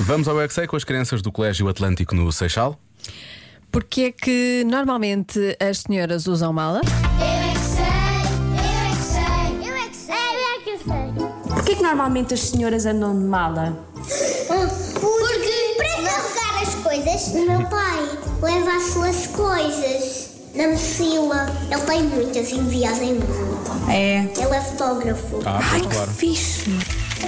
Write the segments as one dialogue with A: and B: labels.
A: Vamos ao UXA com as crianças do Colégio Atlântico no Seixal.
B: Porque é que normalmente as senhoras usam mala?
C: Porquê que normalmente as senhoras andam de mala?
D: Porque para carregar as coisas, o meu pai leva as suas coisas na mochila. Ele tem muitas e viaja em muito.
C: É.
D: Ele é fotógrafo.
C: Ai, que fixe!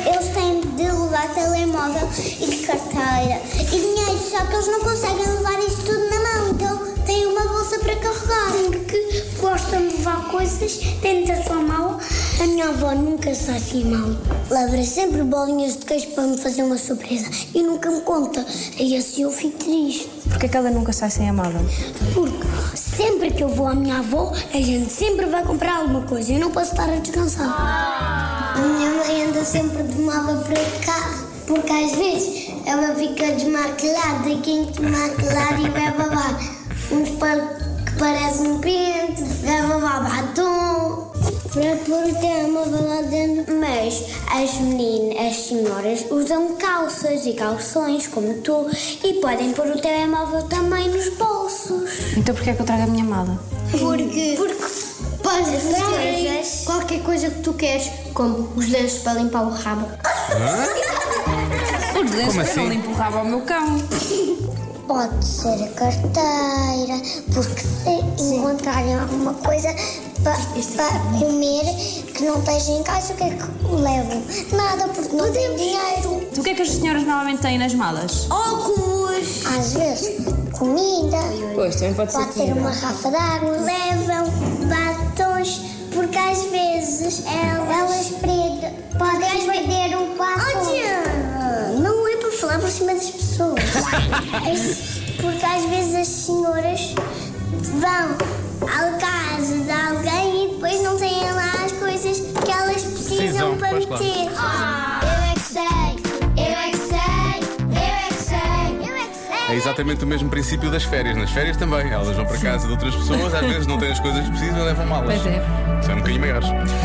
D: Eles têm de levar telemóvel e carteira e dinheiro, só que eles não conseguem levar isso tudo na mão, então têm uma bolsa para carregar. Porque gostam de levar coisas dentro da sua mão. A minha avó nunca sai assim mal. Leva sempre bolinhas de queijo para me fazer uma surpresa e nunca me conta. E assim eu fico triste.
C: Porquê que ela nunca sai sem a mala?
D: Porque sempre que eu vou à minha avó, a gente sempre vai comprar alguma coisa. Eu não posso estar a descansar. A minha mãe anda sempre de mala para cá, porque às vezes ela fica desmaquilada, quem desmaquilada e vai babar um espelho que parece um pente, vai babar batom. Para pôr o tema lá dentro. Mas as meninas, as senhoras, usam calças e calções, como tu, e podem pôr o telemóvel também nos bolsos.
C: Então porquê que eu trago a minha mala?
D: Porque, podes fazer qualquer coisa que tu queres, como os lenços para limpar o rabo.
C: Os lenços
A: Como
C: eu não
A: assim?
C: empurrava ao meu cão.
D: Pode ser a carteira, porque se encontrarem alguma coisa para é comer que não esteja em casa, o que é que levam? Nada, porque não tem dinheiro.
C: O que é que as senhoras normalmente têm nas malas?
D: Óculos! Às vezes, comida.
E: Pois, também pode ser
D: Pode ser uma garrafa d'água. Levam batons, porque às vezes elas, perdem, podem perder um batom. não é para falar por cima das pessoas. porque às vezes as senhoras vão à casa de alguém e depois não têm lá as coisas que elas
A: Precisam,
D: precisam para
A: pois claro.
D: meter. Eu é que sei, eu é que sei, eu é que sei, eu é que sei.
A: É exatamente o mesmo princípio das férias. Nas férias também. Elas vão para casa de outras pessoas, às vezes não têm as coisas que precisam e levam malas.
B: Pois é.
A: São um bocadinho maiores.